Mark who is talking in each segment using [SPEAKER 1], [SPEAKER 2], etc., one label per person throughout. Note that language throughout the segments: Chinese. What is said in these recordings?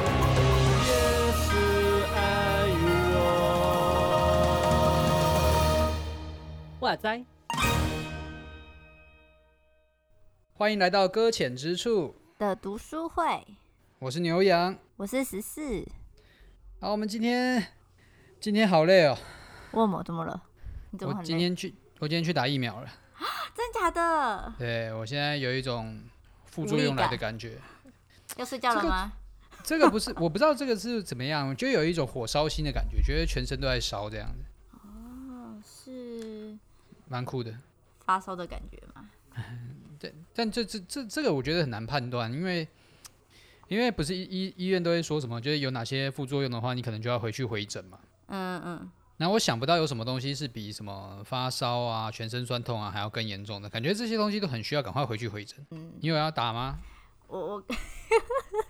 [SPEAKER 1] 也是爱我。哇塞！
[SPEAKER 2] 欢迎来到搁浅之处，
[SPEAKER 3] 的读书会，
[SPEAKER 2] 我是牛羊。
[SPEAKER 3] 我是十四。
[SPEAKER 2] 好，我们今天今天好累哦，
[SPEAKER 3] 问我怎么了？你怎么
[SPEAKER 2] 我
[SPEAKER 3] 很
[SPEAKER 2] 今
[SPEAKER 3] 累？
[SPEAKER 2] 天去我今天去打疫苗了，
[SPEAKER 3] 真假的？
[SPEAKER 2] 对我现在有一种副作用来的感觉。
[SPEAKER 3] 要睡觉了吗？
[SPEAKER 2] 这个不是我不知道这个是怎么样，就有一种火烧心的感觉，觉得全身都在烧这样子，
[SPEAKER 3] 是
[SPEAKER 2] 蛮酷的。
[SPEAKER 3] 发烧的感觉吗？
[SPEAKER 2] 但这这这这个我觉得很难判断，因为因为不是医医医院都会说什么，就是有哪些副作用的话，你可能就要回去回诊嘛。
[SPEAKER 3] 嗯嗯，
[SPEAKER 2] 然后我想不到有什么东西是比什么发烧啊、全身酸痛啊还要更严重的，感觉这些东西都很需要赶快回去回诊。
[SPEAKER 3] 嗯
[SPEAKER 2] 你有要打吗？
[SPEAKER 3] 我我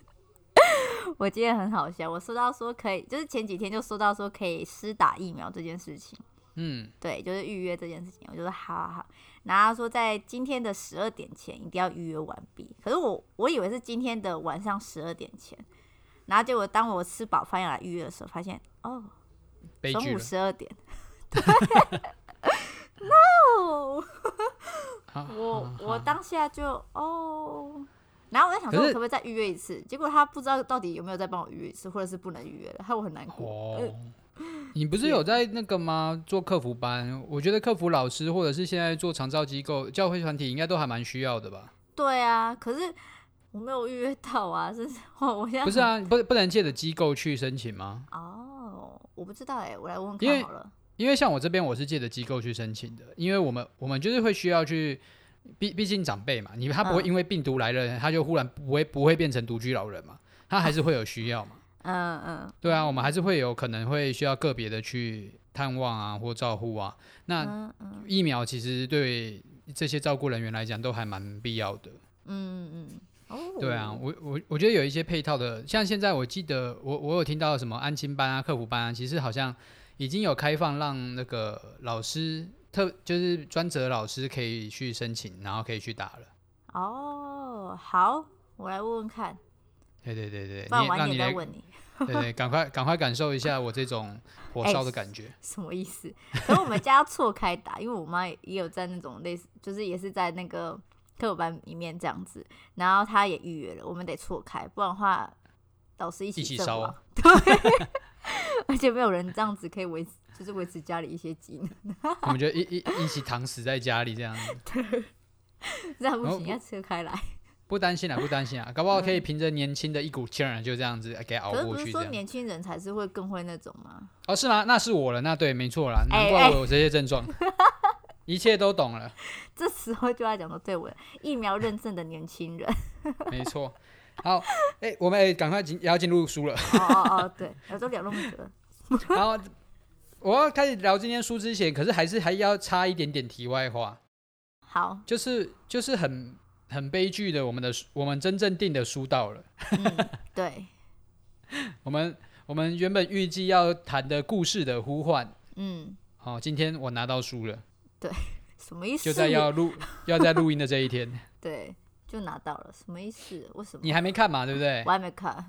[SPEAKER 3] 我今天很好笑，我收到说可以，就是前几天就收到说可以施打疫苗这件事情。
[SPEAKER 2] 嗯，
[SPEAKER 3] 对，就是预约这件事情，我就说好好好。然后他说在今天的十二点前一定要预约完毕。可是我我以为是今天的晚上十二点前，然后结果当我吃饱饭要来预约的时候，发现哦，
[SPEAKER 2] 悲
[SPEAKER 3] 中
[SPEAKER 2] 剧
[SPEAKER 3] 午
[SPEAKER 2] 了。
[SPEAKER 3] 十 二点。对，no，
[SPEAKER 2] 好
[SPEAKER 3] 我
[SPEAKER 2] 好
[SPEAKER 3] 我当下就哦，然后我在想
[SPEAKER 2] 可
[SPEAKER 3] 说我
[SPEAKER 2] 是
[SPEAKER 3] 可不可以再预约一次，结果他不知道到底有没有再帮我预约一次，或者是不能预约了，害我很难过。
[SPEAKER 2] 哦，
[SPEAKER 3] 呃
[SPEAKER 2] 你不是有在那个吗？做客服班，我觉得客服老师或者是现在做长照机构、教会团体，应该都还蛮需要的吧？
[SPEAKER 3] 对啊，可是我没有预约到啊，真是我我现在
[SPEAKER 2] 不是
[SPEAKER 3] 很
[SPEAKER 2] 啊，不不能借着机构去申请吗？
[SPEAKER 3] 哦，我不知道哎、我来问问
[SPEAKER 2] 因为
[SPEAKER 3] 看好了。
[SPEAKER 2] 因为像我这边我是借着机构去申请的，因为我们我们就是会需要去，毕毕竟长辈嘛，你他不会
[SPEAKER 3] 嗯
[SPEAKER 2] 因为病毒来了，他就忽然不会不会变成独居老人嘛，他还是会有需要嘛。
[SPEAKER 3] 嗯嗯，
[SPEAKER 2] 对啊，我们还是会有可能会需要个别的去探望啊或照护啊。那
[SPEAKER 3] 嗯嗯
[SPEAKER 2] 疫苗其实对这些照顾人员来讲都还蛮必要的。
[SPEAKER 3] 嗯嗯，哦，
[SPEAKER 2] 对啊，，我我我觉得有一些配套的，像现在我记得我我有听到什么安亲班啊、客服班啊，其实好像已经有开放让那个老师特就是专责老师可以去申请，然后可以去打了。
[SPEAKER 3] 哦，好，我来问问看，
[SPEAKER 2] 对对对对，
[SPEAKER 3] 不然
[SPEAKER 2] 你
[SPEAKER 3] 晚
[SPEAKER 2] 让
[SPEAKER 3] 点
[SPEAKER 2] 你
[SPEAKER 3] 再
[SPEAKER 2] 来，
[SPEAKER 3] 问你
[SPEAKER 2] 对对，赶快赶快感受一下我这种火
[SPEAKER 3] 哎
[SPEAKER 2] 烧的感觉。
[SPEAKER 3] 什么意思。 可是我们家要错开打，因为我妈也有在那种类似，就是也是在那个课班里面这样子，然后她也预约了，我们得错开，不然的话老师一
[SPEAKER 2] 一起
[SPEAKER 3] 起
[SPEAKER 2] 烧啊
[SPEAKER 3] 阵亡。对， 而且没有人这样子可以维持，就是维持家里一些技能，
[SPEAKER 2] 我们就一一一起躺死在家里这样子，
[SPEAKER 3] 这样不
[SPEAKER 2] 然后
[SPEAKER 3] 行，要错开来。
[SPEAKER 2] 不担心啊，不担心啊，搞不好可以凭着年轻的一股劲儿就这样子给熬
[SPEAKER 3] 嗯可是
[SPEAKER 2] 过
[SPEAKER 3] 不是
[SPEAKER 2] 去
[SPEAKER 3] 说
[SPEAKER 2] 这样。
[SPEAKER 3] 年轻人才是会更会那种吗？
[SPEAKER 2] 哦，是吗？那是我了，那对，没错啦，难
[SPEAKER 3] 哎
[SPEAKER 2] 怪
[SPEAKER 3] 哎
[SPEAKER 2] 我有这些症状， 一切都懂了。
[SPEAKER 3] 这时候就要讲到对我疫苗认证的年 轻人。
[SPEAKER 2] 没错。好，哎、我们哎、赶快进也要进入书了。
[SPEAKER 3] 哦哦哦，对，我都聊那么久了。
[SPEAKER 2] 然后我要开始聊今天书之前，可是还是还要插一点点题外话，
[SPEAKER 3] 好，
[SPEAKER 2] 就是就是很很悲剧的，我们的我们真正定的书到了，
[SPEAKER 3] 嗯，对，
[SPEAKER 2] 我们我们原本预计要谈的故事的呼唤，
[SPEAKER 3] 嗯，
[SPEAKER 2] 哦，今天我拿到书了，
[SPEAKER 3] 什么意思？
[SPEAKER 2] 就在要录要在录音的这一天，
[SPEAKER 3] 对，就拿到了，什么意思？为什么？
[SPEAKER 2] 你还没看嘛，对不对
[SPEAKER 3] 我？还没看。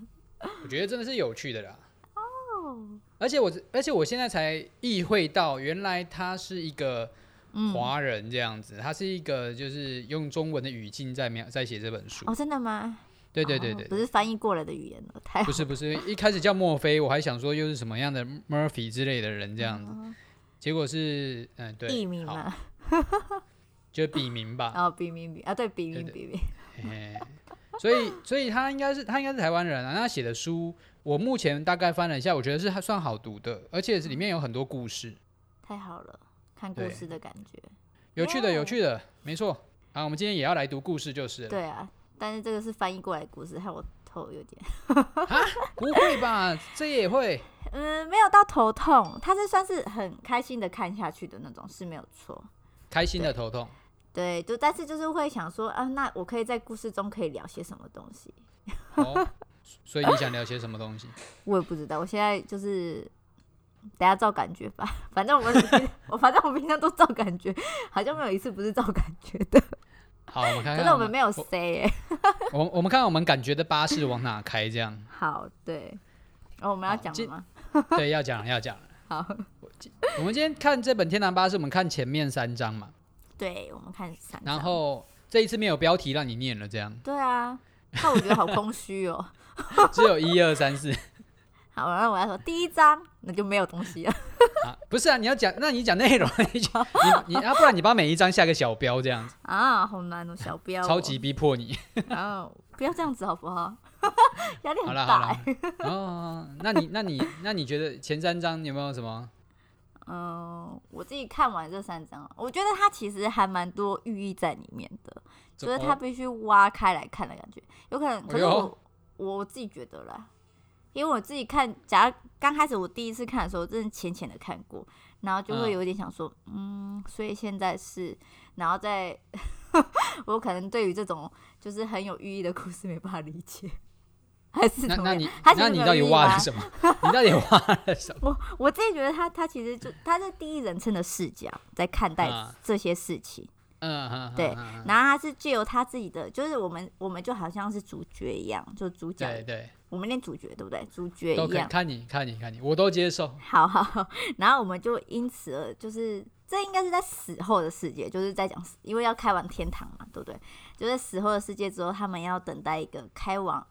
[SPEAKER 2] 我觉得真的是有趣的啦。
[SPEAKER 3] 哦，
[SPEAKER 2] 而且我而且我现在才意会到，原来它是一个
[SPEAKER 3] 嗯，
[SPEAKER 2] 华人这样子，他是一个就是用中文的语境在描在写这本书。
[SPEAKER 3] 哦，真的吗？
[SPEAKER 2] 对对对
[SPEAKER 3] 哦
[SPEAKER 2] 对，
[SPEAKER 3] 不是哎翻译过来的语言了，太
[SPEAKER 2] 不
[SPEAKER 3] 好
[SPEAKER 2] 是不是，一开始叫墨菲，我还想说又是什么样的 Murphy 之类的人这样子，
[SPEAKER 3] 哦
[SPEAKER 2] 结果是嗯对，
[SPEAKER 3] 艺名
[SPEAKER 2] 好
[SPEAKER 3] 嘛，
[SPEAKER 2] 就笔名吧，
[SPEAKER 3] 然后笔名笔啊，对，笔名
[SPEAKER 2] 对
[SPEAKER 3] 笔名，
[SPEAKER 2] 嘿所以所以他应该是他应该是台湾人啊，那他写的书我目前大概翻了一下，我觉得是还算好读的，而且是里面有很多故事，
[SPEAKER 3] 太好了，看故
[SPEAKER 2] 对
[SPEAKER 3] 事的感觉。
[SPEAKER 2] 有趣的
[SPEAKER 3] 哦
[SPEAKER 2] 有趣的，没错。好，我们今天也要来读故事就是了，
[SPEAKER 3] 对啊，但是这个是翻译过来的故事，害我头有点。
[SPEAKER 2] 不会吧？ 这也会。
[SPEAKER 3] 嗯，没有到头痛，他是算是很开心的看下去的那种，是没有错。
[SPEAKER 2] 开心的头痛，
[SPEAKER 3] 对，就但是就是会想说啊，那我可以在故事中可以聊些什么东西？
[SPEAKER 2] 哦，所以你想聊些什么东西？
[SPEAKER 3] 我也不知道，我现在就是等下照感觉吧， 反正我们我反正我平常 都照感觉，好像没有一次不是照感觉的。
[SPEAKER 2] 好，哎我们看
[SPEAKER 3] 可
[SPEAKER 2] 看，
[SPEAKER 3] 是我们没有 say 耶、
[SPEAKER 2] 我我们看看我们感觉的巴士往哪开，这 样
[SPEAKER 3] 好，对，然、后我们要
[SPEAKER 2] 好
[SPEAKER 3] 讲
[SPEAKER 2] 这
[SPEAKER 3] 了吗？
[SPEAKER 2] 对，要讲了要讲了。
[SPEAKER 3] 好，
[SPEAKER 2] 我们今天看这本《天堂巴士》，我们看前面三章嘛，
[SPEAKER 3] 对，我们看三
[SPEAKER 2] 然
[SPEAKER 3] 张
[SPEAKER 2] 后这一次没有标题让你念了，这样
[SPEAKER 3] 对啊，那我觉得好空虚哦。
[SPEAKER 2] 只有一二三四
[SPEAKER 3] 好，然后我要说第一章，那就没有东西了。
[SPEAKER 2] 啊，不是啊，你要讲，那你讲内容，你讲你你啊，不然你帮每一章下个小标，这样子
[SPEAKER 3] 啊，好难哦，小标、哦，
[SPEAKER 2] 超级逼迫你。
[SPEAKER 3] 啊，不要这样子好不好？ 压力
[SPEAKER 2] 好
[SPEAKER 3] 很
[SPEAKER 2] 了好
[SPEAKER 3] 大、
[SPEAKER 2] 了
[SPEAKER 3] 欸。，
[SPEAKER 2] 哦，那你那你那你觉得前三章有没有什 么？
[SPEAKER 3] 嗯，我自己看完这三章，我觉得它其实还蛮多寓意在里面的，
[SPEAKER 2] 怎
[SPEAKER 3] 就是
[SPEAKER 2] 么
[SPEAKER 3] 它必须挖开来看的感觉。有可能，可是
[SPEAKER 2] 哎呦
[SPEAKER 3] 我我自己觉得啦，因为我自己看，假如刚开始我第一次看的时候，真的浅浅的看过，然后就
[SPEAKER 2] 嗯
[SPEAKER 3] 会有点想说，嗯，所以现在是，然后再， 我可能对于这种就是很有寓意的故事没办法理解，还是
[SPEAKER 2] 那
[SPEAKER 3] 怎
[SPEAKER 2] 那
[SPEAKER 3] 么样？
[SPEAKER 2] 你
[SPEAKER 3] 它其
[SPEAKER 2] 那
[SPEAKER 3] 实
[SPEAKER 2] 你
[SPEAKER 3] 没有
[SPEAKER 2] 到底
[SPEAKER 3] 意义
[SPEAKER 2] 挖
[SPEAKER 3] 吗
[SPEAKER 2] 了什么？ 你到底挖了什么？
[SPEAKER 3] 我我自己觉得他他其实就他是第一人称的视角在看待
[SPEAKER 2] 啊
[SPEAKER 3] 这些事情，
[SPEAKER 2] 嗯嗯，
[SPEAKER 3] 对
[SPEAKER 2] 嗯嗯嗯
[SPEAKER 3] 然后他是借由他自己的，就是我们我们就好像是主角一样，就主角，
[SPEAKER 2] 对对，
[SPEAKER 3] 我们念主角对不对？主角
[SPEAKER 2] 都
[SPEAKER 3] 一
[SPEAKER 2] 可以
[SPEAKER 3] 样，
[SPEAKER 2] 看你看你看你，我都接受。
[SPEAKER 3] 好好好，然后我们就因此而就是这应该是在死后的世界，就是在讲死，因为要开往天堂嘛，对不对？就是死后的世界之后，他们要等待一个开往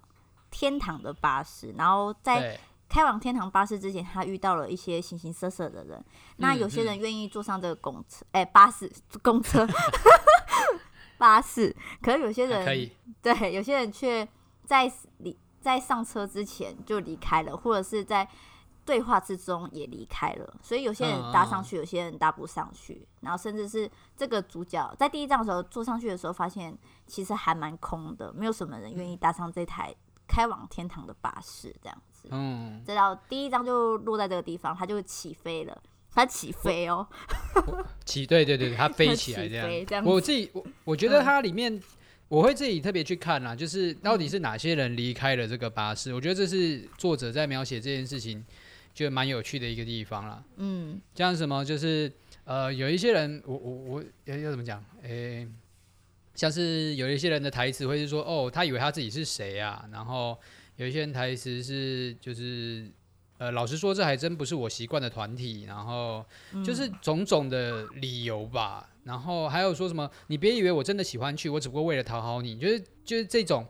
[SPEAKER 3] 天堂的巴士，然后在
[SPEAKER 2] 对，
[SPEAKER 3] 开往天堂巴士之前，他遇到了一些形形色色的人。那
[SPEAKER 2] 嗯
[SPEAKER 3] 有些
[SPEAKER 2] 嗯
[SPEAKER 3] 人愿意坐上这个公车，哎、巴士、公车、巴士，可是有些
[SPEAKER 2] 啊还可
[SPEAKER 3] 人
[SPEAKER 2] 以。
[SPEAKER 3] 对，有些人却在离在上车之前就离开了，或者是在对话之中也离开了。所以有些人搭上去，
[SPEAKER 2] 嗯
[SPEAKER 3] 有些人搭不上去。然后甚至是这个主角在第一站的时候坐上去的时候，发现其实还蛮空的，没有什么人愿意搭上这台开往天堂的巴士，这样子。
[SPEAKER 2] 嗯，
[SPEAKER 3] 这道第一章就落在这个地方，它就起飞了，它起飞哦，
[SPEAKER 2] 起对对对，它飞起来
[SPEAKER 3] 起
[SPEAKER 2] 这
[SPEAKER 3] 飞
[SPEAKER 2] 样。
[SPEAKER 3] 这样嗯
[SPEAKER 2] 我自己我我觉得它里面我会自己特别去看啦，就是到底是哪些人离开了这个巴士，我觉得这是作者在描写这件事情觉得蛮有趣的一个地方啦。
[SPEAKER 3] 嗯，
[SPEAKER 2] 像什么就是呃，有一些人，我我我要要怎么讲？诶、像是有一些人的台词会是说，哦，他以为他自己是谁啊？然后有一些人台词是就是呃，老实说，这还真不是我习惯的团体。然后
[SPEAKER 3] 嗯
[SPEAKER 2] 就是种种的理由吧。然后还有说什么，你别以为我真的喜欢去，我只不过为了讨好你，就是就是这种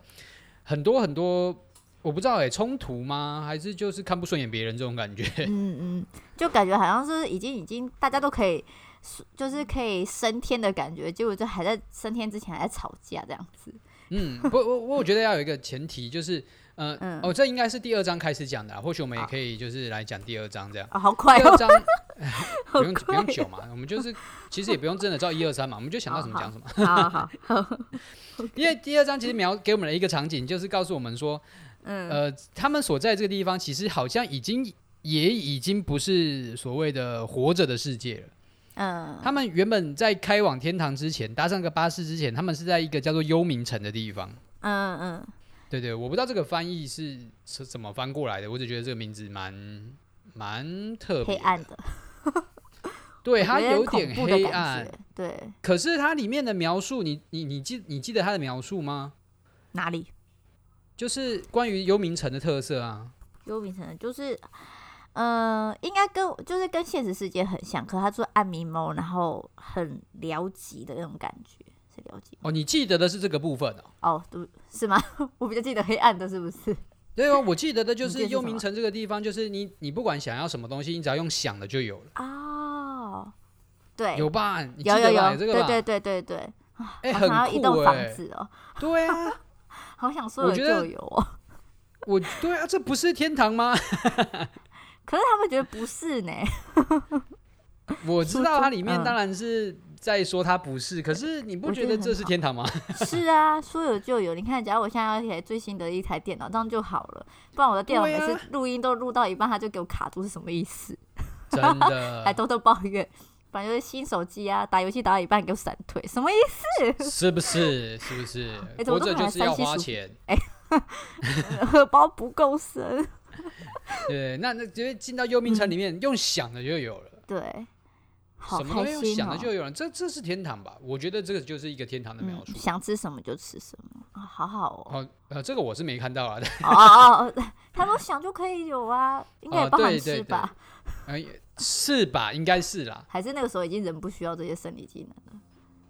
[SPEAKER 2] 很多很多。我不知道哎、冲突吗？还是就是看不顺眼别人这种感觉？
[SPEAKER 3] 嗯嗯，就感觉好像是已经已经大家都可以，就是可以升天的感觉，结果就还在升天之前还在吵架这样子，
[SPEAKER 2] 嗯， 不，我我觉得要有一个前提，就是，呃，
[SPEAKER 3] 嗯
[SPEAKER 2] 哦，这应该是第二章开始讲的啦，啊或许我们也可以就是来讲第二章这样。
[SPEAKER 3] 啊、 好快
[SPEAKER 2] 第
[SPEAKER 3] 哦
[SPEAKER 2] 二，章
[SPEAKER 3] 好
[SPEAKER 2] 不用不
[SPEAKER 3] 快哦
[SPEAKER 2] 用久嘛，我们就是其实也不用真的照一二三嘛，我们就想到什么讲什么。
[SPEAKER 3] 哦， 好好好，
[SPEAKER 2] 因为第二章其实描给我们的一个场景，就是告诉我们说，
[SPEAKER 3] 嗯
[SPEAKER 2] 呃，他们所在这个地方其实好像已经也已经不是所谓的活着的世界了。
[SPEAKER 3] 嗯，
[SPEAKER 2] 他们原本在开往天堂之前，搭上个巴士之前，他们是在一个叫做幽冥城的地方。
[SPEAKER 3] 嗯嗯，
[SPEAKER 2] 对对，我不知道这个翻译是是怎么翻过来的，我只觉得这个名字蛮蛮特
[SPEAKER 3] 黑
[SPEAKER 2] 别的，
[SPEAKER 3] 暗的，
[SPEAKER 2] 对它
[SPEAKER 3] 有点
[SPEAKER 2] 有
[SPEAKER 3] 恐
[SPEAKER 2] 点
[SPEAKER 3] 怖的
[SPEAKER 2] 黑
[SPEAKER 3] 感
[SPEAKER 2] 暗
[SPEAKER 3] 觉。，对，
[SPEAKER 2] 可是它里面的描述，你你你记你记得它的描述吗？
[SPEAKER 3] 哪里？
[SPEAKER 2] 就是关于幽冥城的特色啊，
[SPEAKER 3] 幽冥城就是，呃，应该跟就是跟现实世界很像，可它就是暗迷蒙，然后很撩级的那种感觉，是撩级吗
[SPEAKER 2] 哦，你记得的是这个部分哦。
[SPEAKER 3] 哦，对，是吗？ 我比较记得黑暗的，是不是？
[SPEAKER 2] 对啊，我记得的就
[SPEAKER 3] 你记得
[SPEAKER 2] 是
[SPEAKER 3] 是
[SPEAKER 2] 幽
[SPEAKER 3] 什
[SPEAKER 2] 冥
[SPEAKER 3] 么
[SPEAKER 2] 城这个地方，就是你你不管想要什么东西，你只要用想的就有了，
[SPEAKER 3] 哦，对，
[SPEAKER 2] 有吧？你记
[SPEAKER 3] 有有
[SPEAKER 2] 得吧？哎
[SPEAKER 3] 有，
[SPEAKER 2] 有这个吧？
[SPEAKER 3] 对对对对对，
[SPEAKER 2] 哎，
[SPEAKER 3] 好想要一
[SPEAKER 2] 很酷
[SPEAKER 3] 栋房
[SPEAKER 2] 哎，
[SPEAKER 3] 子哦，
[SPEAKER 2] 对啊，
[SPEAKER 3] 好想说
[SPEAKER 2] 我
[SPEAKER 3] 有
[SPEAKER 2] 觉得
[SPEAKER 3] 就有哦。
[SPEAKER 2] 我对啊，这不是天堂吗？
[SPEAKER 3] 可是他们觉得不 是呢，
[SPEAKER 2] 我知道它里面
[SPEAKER 3] 嗯
[SPEAKER 2] 当然是在说它不是，可是你不
[SPEAKER 3] 我
[SPEAKER 2] 觉
[SPEAKER 3] 觉
[SPEAKER 2] 得
[SPEAKER 3] 得
[SPEAKER 2] 这
[SPEAKER 3] 很
[SPEAKER 2] 是
[SPEAKER 3] 好
[SPEAKER 2] 天 堂吗？
[SPEAKER 3] 是啊，说有就有。你看，假如我现在要一台最新的一台电脑，这样就好了，不然我的电脑
[SPEAKER 2] 对
[SPEAKER 3] 每
[SPEAKER 2] 啊
[SPEAKER 3] 次录音都录到一半，它就给我卡住，是什么意思？
[SPEAKER 2] 真
[SPEAKER 3] 还
[SPEAKER 2] 的，
[SPEAKER 3] 偷偷抱怨，反正就是新手机啊，打游戏打到一半给我闪退，什么意思？
[SPEAKER 2] 是不是？是不是？
[SPEAKER 3] 哎怎么
[SPEAKER 2] 活
[SPEAKER 3] 都
[SPEAKER 2] 着
[SPEAKER 3] 买
[SPEAKER 2] 就
[SPEAKER 3] 了
[SPEAKER 2] 是要
[SPEAKER 3] 山西
[SPEAKER 2] 花
[SPEAKER 3] 薯
[SPEAKER 2] 钱，
[SPEAKER 3] 荷包不够深，
[SPEAKER 2] 对，那那直接进到幽冥城里面，用想的就有了。
[SPEAKER 3] 对，嗯好
[SPEAKER 2] 什么都
[SPEAKER 3] 开
[SPEAKER 2] 用
[SPEAKER 3] 心
[SPEAKER 2] 想
[SPEAKER 3] 哦
[SPEAKER 2] 的。就有了，这这是天堂吧？我觉得这个就是一个天堂的描
[SPEAKER 3] 嗯，
[SPEAKER 2] 述。
[SPEAKER 3] 想吃什么就吃什么啊，好好 哦。
[SPEAKER 2] 哦，呃，这个我是没看到啊，
[SPEAKER 3] 哦哦哦，他说想就可以有啊，应该
[SPEAKER 2] 哦
[SPEAKER 3] 也包含
[SPEAKER 2] 对对
[SPEAKER 3] 吃吧？
[SPEAKER 2] 呃，是吧？应该是啦，
[SPEAKER 3] 还是那个时候已经人不需要这些生理技能了，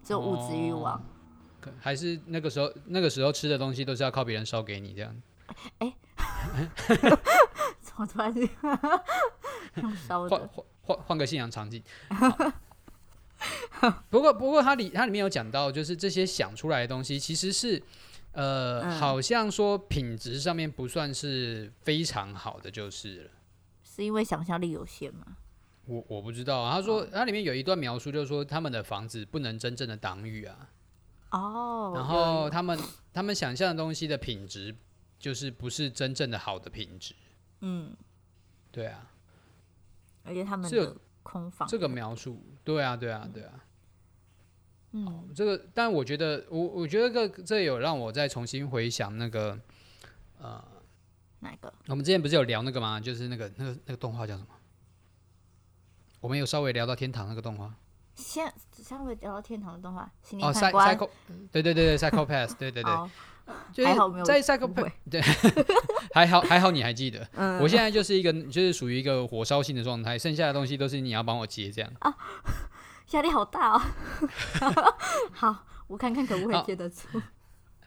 [SPEAKER 3] 只有物质欲望。
[SPEAKER 2] 哦 可还是那个时候那个时候吃的东西都是要靠别人烧给你这样，
[SPEAKER 3] 怎么突然间 用烧
[SPEAKER 2] 换
[SPEAKER 3] 的？
[SPEAKER 2] 换换换个信仰场景。好不过不过它里它里面有讲到，就是这些想出来的东西其实是。呃，
[SPEAKER 3] 嗯
[SPEAKER 2] 好像说品质上面不算是非常好的，就是了。
[SPEAKER 3] 是因为想象力有限吗？
[SPEAKER 2] 我我不知道啊。他说，它里面有一段描述，就是说他们的房子不能真正的挡雨啊，
[SPEAKER 3] 哦，
[SPEAKER 2] 然
[SPEAKER 3] 有有
[SPEAKER 2] 后他们他们想象的东西的品质，就是不是真正的好的品质。
[SPEAKER 3] 嗯，
[SPEAKER 2] 对啊，
[SPEAKER 3] 而且他们
[SPEAKER 2] 是有
[SPEAKER 3] 的空房
[SPEAKER 2] 这个
[SPEAKER 3] 有
[SPEAKER 2] 描述，对啊，对啊，对啊。哦
[SPEAKER 3] 嗯
[SPEAKER 2] 这个，但我觉得，我我觉得这这有让我再重新回想那个，
[SPEAKER 3] 哪个？
[SPEAKER 2] 我们之前不是有聊那个吗？就是那个那个那个动画叫什么？我们有稍微聊到天堂那个动画
[SPEAKER 3] 先上回聊到天堂的动画《心灵哦
[SPEAKER 2] 哦，
[SPEAKER 3] 判
[SPEAKER 2] 赛
[SPEAKER 3] 官
[SPEAKER 2] 赛》，寇，对对对对，赛寇 pass，对对对，
[SPEAKER 3] 好，
[SPEAKER 2] 就
[SPEAKER 3] 还好没
[SPEAKER 2] 是
[SPEAKER 3] 有
[SPEAKER 2] 在赛寇
[SPEAKER 3] 误会
[SPEAKER 2] pass，对， 还好还好你还记得，
[SPEAKER 3] 嗯，
[SPEAKER 2] 我现在就是一个就是属于一个火烧心的状态，剩下的东西都是你要帮我接这样。
[SPEAKER 3] 压力好大哦。 好，我看看可不可以
[SPEAKER 2] 好
[SPEAKER 3] 接得住。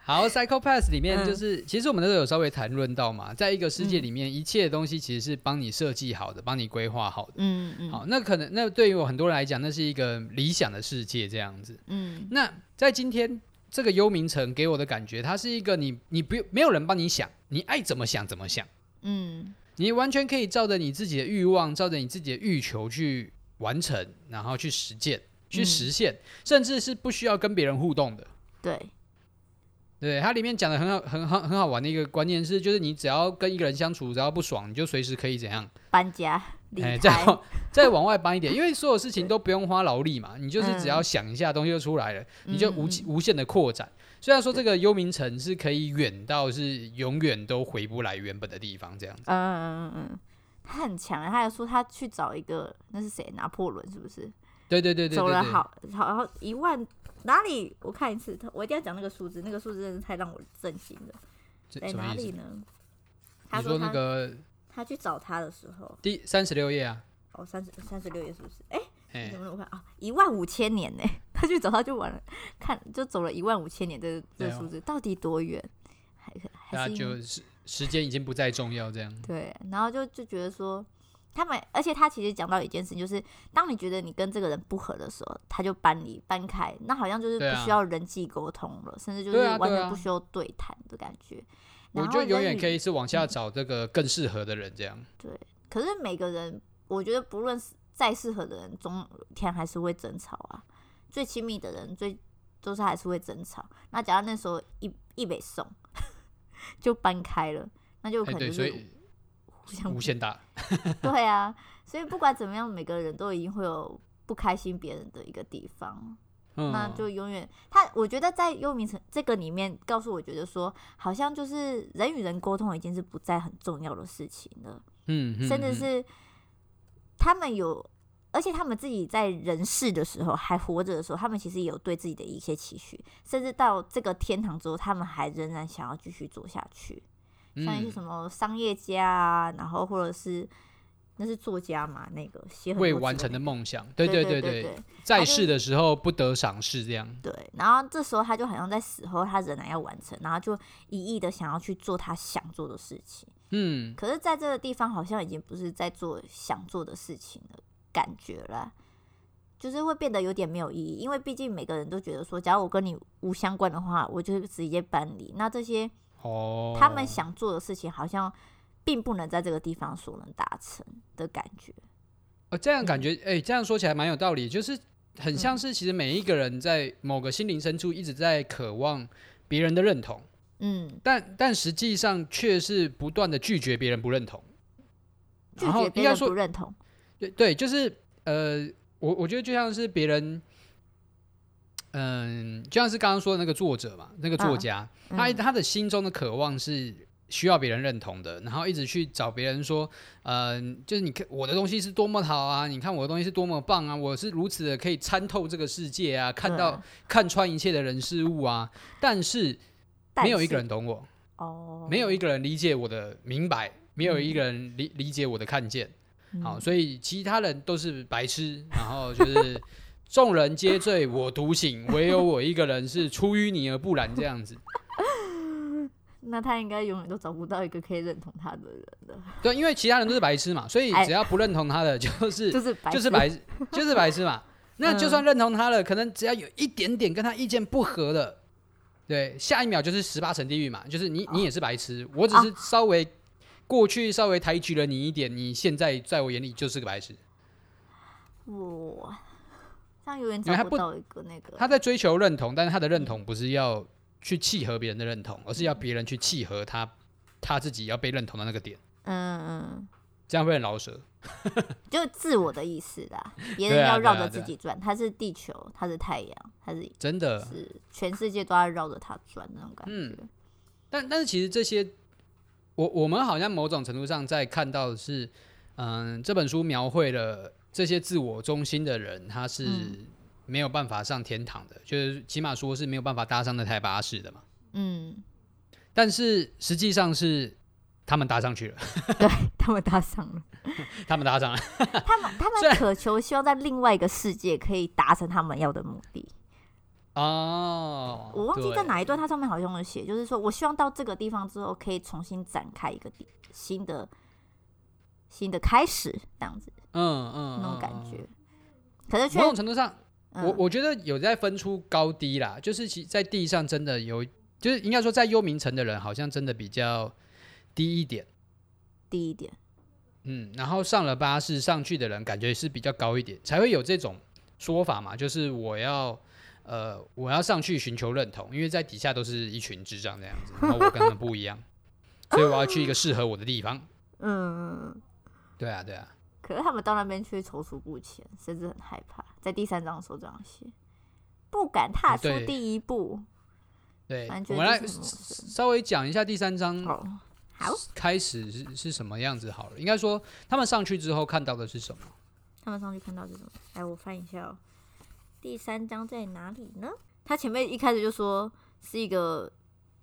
[SPEAKER 2] 好，Psycho Pass 里面
[SPEAKER 3] 嗯
[SPEAKER 2] 就是，其实我们都有稍微谈论到嘛，在一个世界里面，一切的东西其实是帮你设计好的，帮你规划好的。
[SPEAKER 3] 嗯嗯，
[SPEAKER 2] 好，那可能那对于我很多人来讲，那是一个理想的世界这样子。
[SPEAKER 3] 嗯
[SPEAKER 2] 那在今天这个幽冥城给我的感觉，它是一个你你不没有人帮你想，你爱怎么想怎么想，
[SPEAKER 3] 嗯
[SPEAKER 2] 你完全可以照着你自己的欲望，照着你自己的欲求去完成，然后去实践，去
[SPEAKER 3] 嗯
[SPEAKER 2] 实现，甚至是不需要跟别人互动的。
[SPEAKER 3] 对，
[SPEAKER 2] 对，它里面讲的很好，很好，很好玩的一个观念是，就是你只要跟一个人相处，只要不爽，你就随时可以怎样，
[SPEAKER 3] 搬家离
[SPEAKER 2] 哎，
[SPEAKER 3] 开
[SPEAKER 2] 再，往再往外搬一点，因为所有事情都不用花劳力嘛，你就是只要
[SPEAKER 3] 嗯
[SPEAKER 2] 想一下，东西就出来了，你就无
[SPEAKER 3] 嗯嗯
[SPEAKER 2] 无限的扩展。虽然说这个幽冥城是可以远到是永远都回不来原本的地方，这样子。
[SPEAKER 3] 嗯嗯嗯嗯，他很强啊，他还说他去找一个那是谁？拿破仑是不是？
[SPEAKER 2] 对对对对
[SPEAKER 3] 走
[SPEAKER 2] 对
[SPEAKER 3] 了
[SPEAKER 2] 对，
[SPEAKER 3] 好好好一万哪里？我看一次，他我一定要讲那个数字，那个数字真的太让我震惊了，
[SPEAKER 2] 这
[SPEAKER 3] 在
[SPEAKER 2] 什
[SPEAKER 3] 哪
[SPEAKER 2] 么
[SPEAKER 3] 里
[SPEAKER 2] 意思？
[SPEAKER 3] 呢？他
[SPEAKER 2] 你说
[SPEAKER 3] 他
[SPEAKER 2] 那个
[SPEAKER 3] 他去找他的时候，
[SPEAKER 2] 第三十六页啊，
[SPEAKER 3] 哦，三十三十六页是不是？哎、
[SPEAKER 2] 哎、
[SPEAKER 3] 怎么我看啊？一万五千年呢、 他去找他就完了，看就走了一万五千年这个这
[SPEAKER 2] 对
[SPEAKER 3] 个
[SPEAKER 2] 啊
[SPEAKER 3] 数字到底多远？还还
[SPEAKER 2] 那
[SPEAKER 3] 是因为
[SPEAKER 2] 就是时间已经不再重要，这样。
[SPEAKER 3] 对，然后就就觉得说。他们，而且他其实讲到一件事，就是当你觉得你跟这个人不合的时候，他就搬离搬开，那好像就是
[SPEAKER 2] 对啊
[SPEAKER 3] 不需要人际沟通了，甚至就是
[SPEAKER 2] 对啊
[SPEAKER 3] 完
[SPEAKER 2] 对
[SPEAKER 3] 全
[SPEAKER 2] 啊
[SPEAKER 3] 不需要对谈的感觉。
[SPEAKER 2] 我
[SPEAKER 3] 然
[SPEAKER 2] 就
[SPEAKER 3] 后
[SPEAKER 2] 永
[SPEAKER 3] 人
[SPEAKER 2] 远
[SPEAKER 3] 与
[SPEAKER 2] 可以是往
[SPEAKER 3] 嗯
[SPEAKER 2] 下找这个更适合的人，这样。
[SPEAKER 3] 对，可是每个人，我觉得不论是再适合的人，总有一天还是会争吵啊。最亲密的人，最都是还是会争吵。那假如那时候一一北送， 就搬开了，那就
[SPEAKER 2] 哎、
[SPEAKER 3] 可能
[SPEAKER 2] 对，
[SPEAKER 3] 就
[SPEAKER 2] 所
[SPEAKER 3] 是
[SPEAKER 2] 以
[SPEAKER 3] 互相
[SPEAKER 2] 无限大。
[SPEAKER 3] 对啊。所以不管怎么样，每个人都一定会有不开心别人的一个地方，
[SPEAKER 2] 嗯，
[SPEAKER 3] 那就永远他。我觉得在幽冥城这个里面，告诉我觉得说，好像就是人与人沟通已经是不再很重要的事情了。
[SPEAKER 2] 嗯，嗯
[SPEAKER 3] 甚至
[SPEAKER 2] 嗯
[SPEAKER 3] 是他们有，而且他们自己在人世的时候还活着的时候，他们其实也有对自己的一些期许，甚至到这个天堂之后，他们还仍然想要继续做下去，像一些
[SPEAKER 2] 嗯
[SPEAKER 3] 什么商业家啊，然后或者是那是作家嘛，那个写很多
[SPEAKER 2] 未
[SPEAKER 3] 字
[SPEAKER 2] 完成
[SPEAKER 3] 那
[SPEAKER 2] 的
[SPEAKER 3] 个，
[SPEAKER 2] 梦想，
[SPEAKER 3] 对
[SPEAKER 2] 对对
[SPEAKER 3] 对
[SPEAKER 2] 对
[SPEAKER 3] 对
[SPEAKER 2] 在
[SPEAKER 3] 就
[SPEAKER 2] 世的时候不得赏识，这样。
[SPEAKER 3] 对，然后这时候他就好像在死后，他仍然要完成，然后就一意的想要去做他想做的事情。
[SPEAKER 2] 嗯，
[SPEAKER 3] 可是在这个地方好像已经不是在做想做的事情的感觉了，就是会变得有点没有意义，因为毕竟每个人都觉得说，假如我跟你无相关的话，我就直接搬离。那这些
[SPEAKER 2] 哦，
[SPEAKER 3] 他们想做的事情，好像并不能在这个地方所能达成的感觉。
[SPEAKER 2] 哦，这样感觉，哎、这样说起来蛮有道理，就是很
[SPEAKER 3] 嗯
[SPEAKER 2] 像是其实每一个人在某个心灵深处一直在渴望别人的认同，
[SPEAKER 3] 嗯，
[SPEAKER 2] 但但实际上却是不断的拒绝别人不认同，
[SPEAKER 3] 拒
[SPEAKER 2] 然后
[SPEAKER 3] 绝
[SPEAKER 2] 应
[SPEAKER 3] 别
[SPEAKER 2] 该
[SPEAKER 3] 人不
[SPEAKER 2] 说，
[SPEAKER 3] 认同。
[SPEAKER 2] 对对，就是呃，我我觉得就像是别人。嗯，就像是刚刚说的那个作者嘛，那个作
[SPEAKER 3] 嗯
[SPEAKER 2] 家，
[SPEAKER 3] 嗯
[SPEAKER 2] 他他的心中的渴望是需要别人认同的，然后一直去找别人说，呃，就是你看我的东西是多么好啊，你看我的东西是多么棒啊，我是如此的可以参透这个世界啊，看
[SPEAKER 3] 嗯
[SPEAKER 2] 到看穿一切的人事物啊，但是
[SPEAKER 3] 但
[SPEAKER 2] 没有一个
[SPEAKER 3] 是
[SPEAKER 2] 人懂我，
[SPEAKER 3] 哦，
[SPEAKER 2] 没有一个人理解我的明白，没有一个人
[SPEAKER 3] 嗯
[SPEAKER 2] 理理解我的看见。好，所以其他人都是白痴，然后就是 众人皆醉我独醒，唯有我一个人是出淤泥而不染这样子。
[SPEAKER 3] 那他应该永远都找不到一个可以认同他的人的，
[SPEAKER 2] 对，因为其他人都是白痴嘛，所以
[SPEAKER 3] 哎
[SPEAKER 2] 只要不认同他的，就是
[SPEAKER 3] 就是白
[SPEAKER 2] 就是
[SPEAKER 3] 痴
[SPEAKER 2] 白痴就是白痴嘛。那就算认同他了，可能只要有一点点跟他意见不合的，对，下一秒就是十八层地狱嘛，就是你你也是白痴，我只是稍微过去稍微抬举了你一点，你现在在我眼里就是个白痴。
[SPEAKER 3] 哇，这样永远
[SPEAKER 2] 因为
[SPEAKER 3] 找
[SPEAKER 2] 他
[SPEAKER 3] 不
[SPEAKER 2] 不
[SPEAKER 3] 到一个那个
[SPEAKER 2] 他在追求认同，但是他的认同不是要去契合别人的认同，而是要别人去契合他他自己要被认同的那个点，
[SPEAKER 3] 嗯，
[SPEAKER 2] 这样会很老舍。
[SPEAKER 3] 嗯就自我的意思啦，别
[SPEAKER 2] 对
[SPEAKER 3] 人
[SPEAKER 2] 啊
[SPEAKER 3] 要
[SPEAKER 2] 对
[SPEAKER 3] 绕
[SPEAKER 2] 啊
[SPEAKER 3] 着
[SPEAKER 2] 对
[SPEAKER 3] 自
[SPEAKER 2] 啊
[SPEAKER 3] 己转，他是地球，他是太阳，他是
[SPEAKER 2] 真的，
[SPEAKER 3] 是全世界都要绕着他转那种感
[SPEAKER 2] 嗯
[SPEAKER 3] 觉，
[SPEAKER 2] 但但是其实这些，我我们好像某种程度上在看到的是，嗯，这本书描绘了这些自我中心的人，他是
[SPEAKER 3] 嗯
[SPEAKER 2] 没有办法上天堂的，就是起码说是没有办法搭上那台巴士的嘛。
[SPEAKER 3] 嗯，
[SPEAKER 2] 但是实际上是他们搭上去了，
[SPEAKER 3] 他们搭上了，
[SPEAKER 2] 他们搭上了。
[SPEAKER 3] 他们他
[SPEAKER 2] 虽
[SPEAKER 3] 们
[SPEAKER 2] 然
[SPEAKER 3] 渴求希望在另外一个世界可以达成他们要的目的。
[SPEAKER 2] 哦，
[SPEAKER 3] 我忘记在
[SPEAKER 2] 对
[SPEAKER 3] 哪一段，它上面好像有写，就是说我希望到这个地方之后，可以重新展开一个地新的新的开始，这样子
[SPEAKER 2] 嗯嗯，
[SPEAKER 3] 那种感
[SPEAKER 2] 嗯。
[SPEAKER 3] 觉
[SPEAKER 2] 嗯。
[SPEAKER 3] 可是却
[SPEAKER 2] 某种程度上，
[SPEAKER 3] 嗯
[SPEAKER 2] 我我觉得有在分出高低啦，就是其在地上真的有，就是应该说在幽冥城的人好像真的比较低一点，
[SPEAKER 3] 低一点，
[SPEAKER 2] 嗯，然后上了巴士上去的人感觉是比较高一点，才会有这种说法嘛，就是我要。呃，我要上去寻求认同，因为在底下都是一群智障这样子，然后我跟他们不一样，所以我要去一个适合我的地方。
[SPEAKER 3] 嗯。
[SPEAKER 2] 对啊，对啊，
[SPEAKER 3] 可是他们到那边却踌躇不前，甚至很害怕。在第三章的时候这样写，不敢踏出
[SPEAKER 2] 对
[SPEAKER 3] 第一步。
[SPEAKER 2] 对
[SPEAKER 3] 反，正
[SPEAKER 2] 我们来
[SPEAKER 3] 就是很陌生
[SPEAKER 2] 稍微讲一下第三章
[SPEAKER 3] 哦，好，
[SPEAKER 2] 开始是是什么样子好了？应该说他们上去之后看到的是什么？
[SPEAKER 3] 他们上去看到是什么？来，我翻一下哦。第三章在哪里呢？他前面一开始就说是一个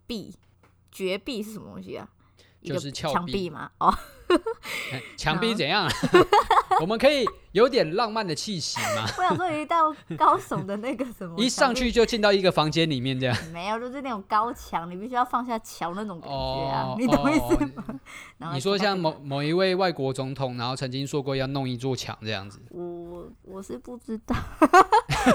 [SPEAKER 3] 壁，绝壁是什么东西啊？一个
[SPEAKER 2] 就是峭
[SPEAKER 3] 墙
[SPEAKER 2] 壁
[SPEAKER 3] 壁嘛。哦，
[SPEAKER 2] 哎墙壁怎样？ 我们可以有点浪漫的气息吗？
[SPEAKER 3] 我想说有一道高耸的那个什么，
[SPEAKER 2] 一上去就进到一个房间里面这样。
[SPEAKER 3] 墙壁没有，就是那种高墙，你必须要放下桥那种感觉啊，
[SPEAKER 2] 哦，
[SPEAKER 3] 你懂我意思吗？
[SPEAKER 2] 吗？
[SPEAKER 3] 然后
[SPEAKER 2] 你说
[SPEAKER 3] 看到
[SPEAKER 2] 像
[SPEAKER 3] 这
[SPEAKER 2] 某某一位外国总统，然后曾经说过要弄一座墙这样子。
[SPEAKER 3] 我我是不知道，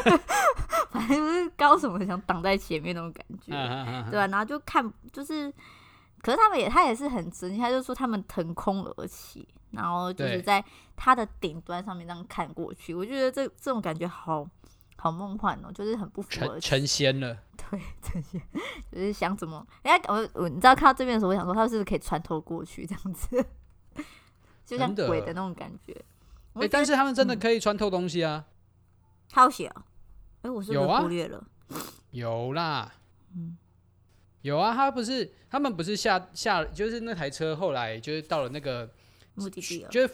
[SPEAKER 3] 反正就是高耸的墙挡在前面那种感觉。
[SPEAKER 2] 嗯嗯嗯
[SPEAKER 3] 对啊，然后就看就是，可是他们也他也是很神奇，他就说他们腾空而起，然后就是
[SPEAKER 2] 对
[SPEAKER 3] 在它的顶端上面这样看过去，我觉得这这种感觉好好梦幻哦，就是很不符合
[SPEAKER 2] 成成仙了，
[SPEAKER 3] 对这些，就是想怎么，人家我我你知道看到这边的时候，我想说他是不是可以穿透过去这样子， 就像
[SPEAKER 2] 真的
[SPEAKER 3] 鬼的那种感觉。
[SPEAKER 2] 哎、
[SPEAKER 3] 我觉得嗯
[SPEAKER 2] 但是他们真的可以穿透东西啊，
[SPEAKER 3] 他有写哦，哎、我是不
[SPEAKER 2] 有
[SPEAKER 3] 是
[SPEAKER 2] 啊
[SPEAKER 3] 忽略了？
[SPEAKER 2] 有啦，
[SPEAKER 3] 嗯
[SPEAKER 2] 有啊，他不是他们不是下下就是那台车后来就是到了那个
[SPEAKER 3] 目的地了，
[SPEAKER 2] 就是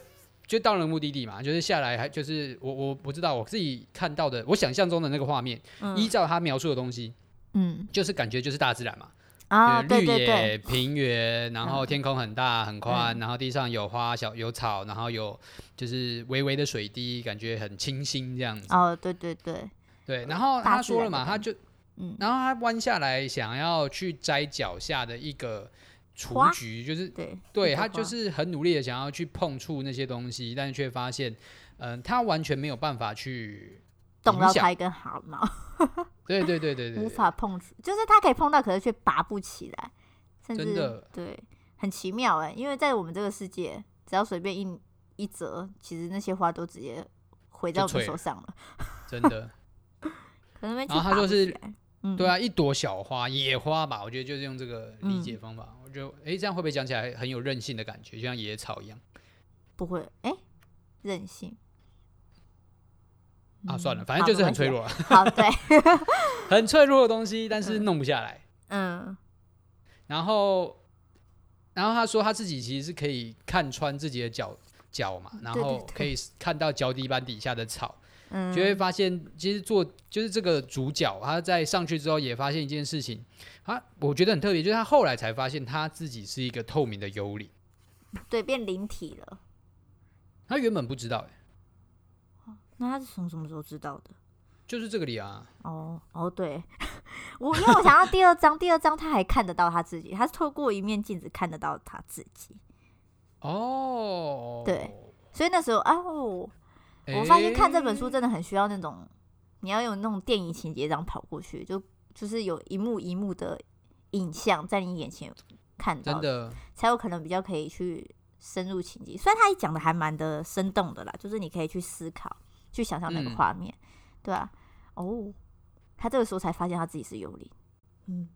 [SPEAKER 2] 就到了目的地嘛，就是下来还就是我我不知道我自己看到的，我想象中的那个画面，依
[SPEAKER 3] 嗯
[SPEAKER 2] 照他描述的东西，
[SPEAKER 3] 嗯
[SPEAKER 2] 就是感觉就是大自然嘛，
[SPEAKER 3] 啊，
[SPEAKER 2] 就是
[SPEAKER 3] 对
[SPEAKER 2] 绿
[SPEAKER 3] 对对，
[SPEAKER 2] 野、平原，然后
[SPEAKER 3] 嗯
[SPEAKER 2] 天空很大很宽，
[SPEAKER 3] 嗯
[SPEAKER 2] 然后地上有花小有草，然后有就是微微的水滴，感觉很清新这样子。
[SPEAKER 3] 哦，对对对，
[SPEAKER 2] 对，然后他
[SPEAKER 3] 大自
[SPEAKER 2] 说
[SPEAKER 3] 然
[SPEAKER 2] 了
[SPEAKER 3] 的
[SPEAKER 2] 嘛，他
[SPEAKER 3] 感
[SPEAKER 2] 就
[SPEAKER 3] 嗯
[SPEAKER 2] 然后他弯下来想要去摘脚下的一个雏
[SPEAKER 3] 花
[SPEAKER 2] 菊，就是
[SPEAKER 3] 对，
[SPEAKER 2] 对
[SPEAKER 3] 一朵
[SPEAKER 2] 他就
[SPEAKER 3] 花
[SPEAKER 2] 是很努力的想要去碰触那些东西，但是却发现，嗯、他完全没有办法去
[SPEAKER 3] 动
[SPEAKER 2] 影
[SPEAKER 3] 到
[SPEAKER 2] 响
[SPEAKER 3] 它一根毫毛，
[SPEAKER 2] 对对对对对，
[SPEAKER 3] 无
[SPEAKER 2] 对
[SPEAKER 3] 法碰触，就是它可以碰到，可是却拔不起来，甚
[SPEAKER 2] 真的
[SPEAKER 3] 至对，很奇妙哎、因为在我们这个世界，只要随便一一折，其实那些花都直接回到
[SPEAKER 2] 就
[SPEAKER 3] 我们
[SPEAKER 2] 脆
[SPEAKER 3] 手
[SPEAKER 2] 了
[SPEAKER 3] 上了，
[SPEAKER 2] 真的，
[SPEAKER 3] 可能没去
[SPEAKER 2] 然后它
[SPEAKER 3] 拔
[SPEAKER 2] 就
[SPEAKER 3] 不
[SPEAKER 2] 是
[SPEAKER 3] 起来，嗯，
[SPEAKER 2] 对啊，一朵小花，野花吧，我觉得就是用这个理解方
[SPEAKER 3] 嗯
[SPEAKER 2] 法，我觉得，哎，这样会不会讲起来很有韧性的感觉，就像野草一样
[SPEAKER 3] 不会，哎、任性
[SPEAKER 2] 啊？
[SPEAKER 3] 嗯
[SPEAKER 2] 算了，反正
[SPEAKER 3] 好
[SPEAKER 2] 就是
[SPEAKER 3] 没
[SPEAKER 2] 很
[SPEAKER 3] 关
[SPEAKER 2] 脆
[SPEAKER 3] 系
[SPEAKER 2] 弱，
[SPEAKER 3] 啊好，对，
[SPEAKER 2] 很脆弱的东西，但是弄不下来。
[SPEAKER 3] 嗯
[SPEAKER 2] 然后然后他说他自己其实是可以看穿自己的脚脚嘛，然
[SPEAKER 3] 嗯对对
[SPEAKER 2] 后
[SPEAKER 3] 对
[SPEAKER 2] 可以看到脚底板底下的草，
[SPEAKER 3] 嗯，
[SPEAKER 2] 就会发现，其实做就是这个主角，他在上去之后也发现一件事情，他我觉得很特别，就是他后来才发现他自己是一个透明的幽灵，
[SPEAKER 3] 对，变灵体了。
[SPEAKER 2] 他原本不知道、欸，
[SPEAKER 3] 那他是从什么时候知道的？
[SPEAKER 2] 就是这个里啊，
[SPEAKER 3] 哦哦，对， 我因为我想要第二章，第二章他还看得到他自己，他是透过一面镜子看得到他自己，
[SPEAKER 2] 哦，
[SPEAKER 3] 对所以那时候啊，我
[SPEAKER 2] 诶，
[SPEAKER 3] 我发现看这本书真的很需要那种，你要有那种电影情节这样跑过去，就就是有一幕一幕的影像在你眼前看到，
[SPEAKER 2] 真的，
[SPEAKER 3] 才有可能比较可以去深入情节。虽然他讲的还蛮的生动的啦，就是你可以去思考、去想象那个
[SPEAKER 2] 嗯
[SPEAKER 3] 画面，对啊，哦，他这个时候才发现他自己是幽灵，嗯。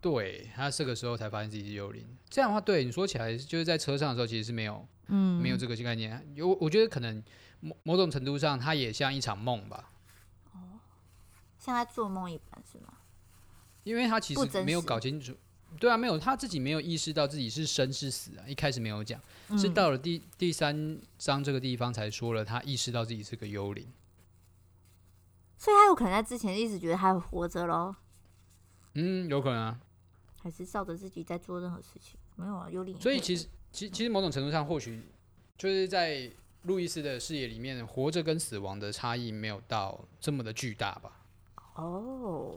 [SPEAKER 2] 对他这个时候才发现自己是幽灵。这样的话，对你说起来，就是在车上的时候其实是没有
[SPEAKER 3] 嗯，
[SPEAKER 2] 没有这个概念，有我觉得可能某某种程度上，它也像一场梦吧，
[SPEAKER 3] 像在做梦一般是吗？
[SPEAKER 2] 因为他其
[SPEAKER 3] 不
[SPEAKER 2] 实
[SPEAKER 3] 真
[SPEAKER 2] 没有
[SPEAKER 3] 实
[SPEAKER 2] 搞清楚，对啊，没有他自己没有意识到自己是生是死啊，一开始没有讲，
[SPEAKER 3] 嗯
[SPEAKER 2] 是到了第第三章这个地方才说了，他意识到自己是个幽灵。
[SPEAKER 3] 所以他有可能在之前一直觉得他还活着咯，
[SPEAKER 2] 嗯，有可能啊。
[SPEAKER 3] 还是照着自己在做任何事情？没有啊，幽灵也会。
[SPEAKER 2] 所以其实，其其实某种程度上，或许就是在路易斯的视野里面，活着跟死亡的差异没有到这么的巨大吧？
[SPEAKER 3] 哦，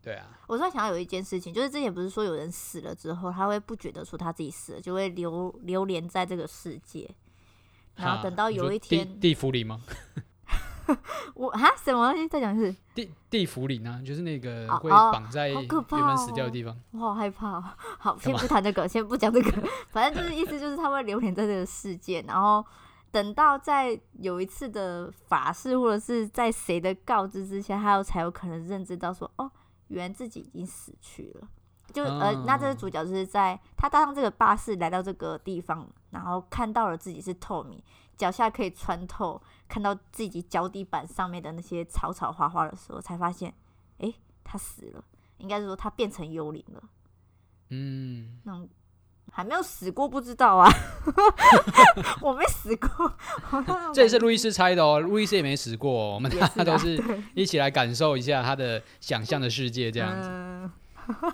[SPEAKER 2] 对啊，
[SPEAKER 3] 我突然想到有一件事情，就是之前不是说有人死了之后，他会不觉得说他自己死了，就会流流连在这个世界。然后
[SPEAKER 2] 哈
[SPEAKER 3] 等到
[SPEAKER 2] 你
[SPEAKER 3] 有
[SPEAKER 2] 说
[SPEAKER 3] 一
[SPEAKER 2] 地
[SPEAKER 3] 天
[SPEAKER 2] 地府里吗？
[SPEAKER 3] 我啊，什么东西在讲是？
[SPEAKER 2] 地地府里呢，就是那个
[SPEAKER 3] 哦
[SPEAKER 2] 会
[SPEAKER 3] 哦
[SPEAKER 2] 绑在
[SPEAKER 3] 好
[SPEAKER 2] 原
[SPEAKER 3] 可怕
[SPEAKER 2] 本死掉
[SPEAKER 3] 哦
[SPEAKER 2] 的地方。
[SPEAKER 3] 我好害怕、哦。好，
[SPEAKER 2] 干
[SPEAKER 3] 先
[SPEAKER 2] 嘛
[SPEAKER 3] 不谈这个，先不讲这个。 反正就是意思就是他会流连在这个世界，然后等到在有一次的法事或者是在谁的告知之下，他有才有可能认知到说，哦，原来自己已经死去了。就呃，那这个
[SPEAKER 2] 哦
[SPEAKER 3] 主角就是在他搭上这个巴士来到这个地方，然后看到了自己是透明，脚下可以穿透，看到自己脚底板上面的那些草草花花的时候，才发现，诶，他死了，应该是说他变成幽灵了。
[SPEAKER 2] 嗯，
[SPEAKER 3] 那种还没有死过，不知道啊， 我没死过，我那种
[SPEAKER 2] 这也是
[SPEAKER 3] 感觉
[SPEAKER 2] 路易斯猜的哦，路易斯也没死过、哦，我们
[SPEAKER 3] 也
[SPEAKER 2] 大
[SPEAKER 3] 是
[SPEAKER 2] 家
[SPEAKER 3] 啊
[SPEAKER 2] 都是
[SPEAKER 3] 对
[SPEAKER 2] 一起来感受一下他的想象的世界这样子。
[SPEAKER 3] 嗯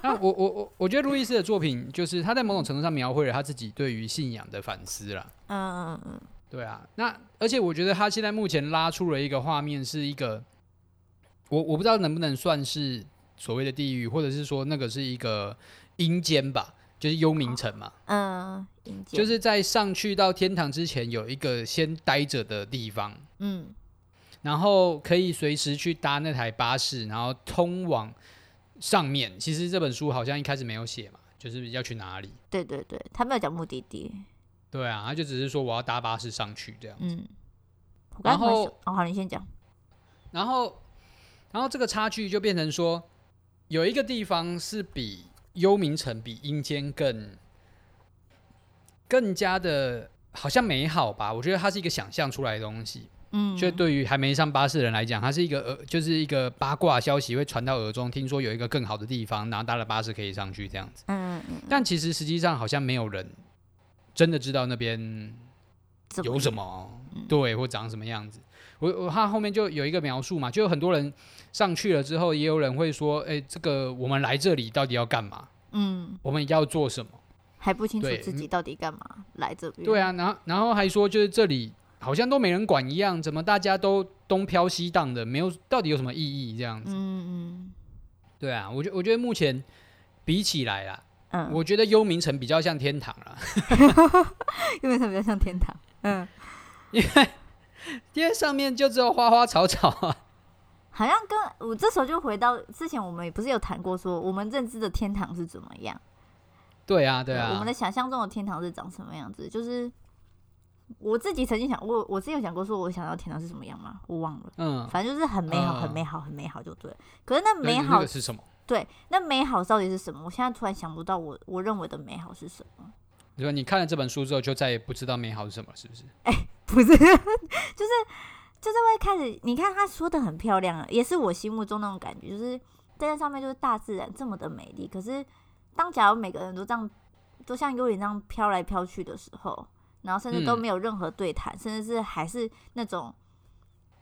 [SPEAKER 2] 那我我我我觉得路易斯的作品就是他在某种程度上描绘了他自己对于信仰的反思啦。
[SPEAKER 3] 嗯嗯嗯
[SPEAKER 2] 对啊，那而且我觉得他现在目前拉出了一个画面，是一个我我不知道能不能算是所谓的地狱，或者是说那个是一个阴间吧，就是幽冥城嘛，
[SPEAKER 3] 嗯，迎接
[SPEAKER 2] 就是在上去到天堂之前有一个先待着的地方。
[SPEAKER 3] 嗯
[SPEAKER 2] 然后可以随时去搭那台巴士，然后通往上面。其实这本书好像一开始没有写嘛，就是要去哪里。
[SPEAKER 3] 对对对，他没有讲目的地，
[SPEAKER 2] 对啊，他就只是说我要搭巴士上去这样。
[SPEAKER 3] 嗯，我刚
[SPEAKER 2] 然
[SPEAKER 3] 才突然
[SPEAKER 2] 后
[SPEAKER 3] 想哦好，你先讲，
[SPEAKER 2] 然后，然后这个差距就变成说，有一个地方是比幽冥城、比阴间更更加的，好像美好吧？我觉得它是一个想象出来的东西。
[SPEAKER 3] 嗯，
[SPEAKER 2] 就对于还没上巴士的人来讲，它是一个呃，就是一个八卦消息会传到耳中，听说有一个更好的地方，然后搭了巴士可以上去这样子。
[SPEAKER 3] 嗯嗯
[SPEAKER 2] 但其实实际上好像没有人真的知道那边
[SPEAKER 3] 怎
[SPEAKER 2] 有什么，
[SPEAKER 3] 嗯
[SPEAKER 2] 对，或长什么样子。我我他后面就有一个描述嘛，就有很多人上去了之后，也有人会说，哎，这个我们来这里到底要干嘛？
[SPEAKER 3] 嗯
[SPEAKER 2] 我们要做什么？
[SPEAKER 3] 还不清楚
[SPEAKER 2] 对嗯
[SPEAKER 3] 自己到底干嘛来这边，
[SPEAKER 2] 对
[SPEAKER 3] 啊，
[SPEAKER 2] 啊，然后然后还说就是这里好像都没人管一样，怎么大家都东飘西荡的，没有到底有什么意义这样子？
[SPEAKER 3] 嗯嗯
[SPEAKER 2] 对啊，我觉我觉得目前比起来啦，
[SPEAKER 3] 嗯，
[SPEAKER 2] 我觉得幽冥城比较像天堂啦，
[SPEAKER 3] 因为他比较像天堂，嗯，
[SPEAKER 2] 因为上面就只有花花草草啊。
[SPEAKER 3] 好像跟我这时候就回到之前我们也不是有谈过说我们认知的天堂是怎么样。
[SPEAKER 2] 对啊，对
[SPEAKER 3] 我
[SPEAKER 2] 啊
[SPEAKER 3] 们的，想象中的天堂是长什么样子？就是我自己曾经想，我我自己有想过，说我想要天堂是什么样吗？我忘了，
[SPEAKER 2] 嗯，
[SPEAKER 3] 反正就是很美好，
[SPEAKER 2] 嗯
[SPEAKER 3] 很美好，很美好就对了。可是那
[SPEAKER 2] 可是
[SPEAKER 3] 美
[SPEAKER 2] 你那
[SPEAKER 3] 好
[SPEAKER 2] 个，是什么？
[SPEAKER 3] 对，那美好到底是什么？我现在突然想不到我，我认为的美好是什么？
[SPEAKER 2] 你说你看了这本书之后，就再也不知道美好是什么，是不是？
[SPEAKER 3] 不是， 就是就是会开始，你看他说的很漂亮啊，也是我心目中那种感觉，就是在那上面就是大自然这么的美丽，可是当假如每个人都这样都像幽灵那样飘来飘去的时候，然后甚至都
[SPEAKER 2] 嗯
[SPEAKER 3] 没有任何对谈，甚至是还是那种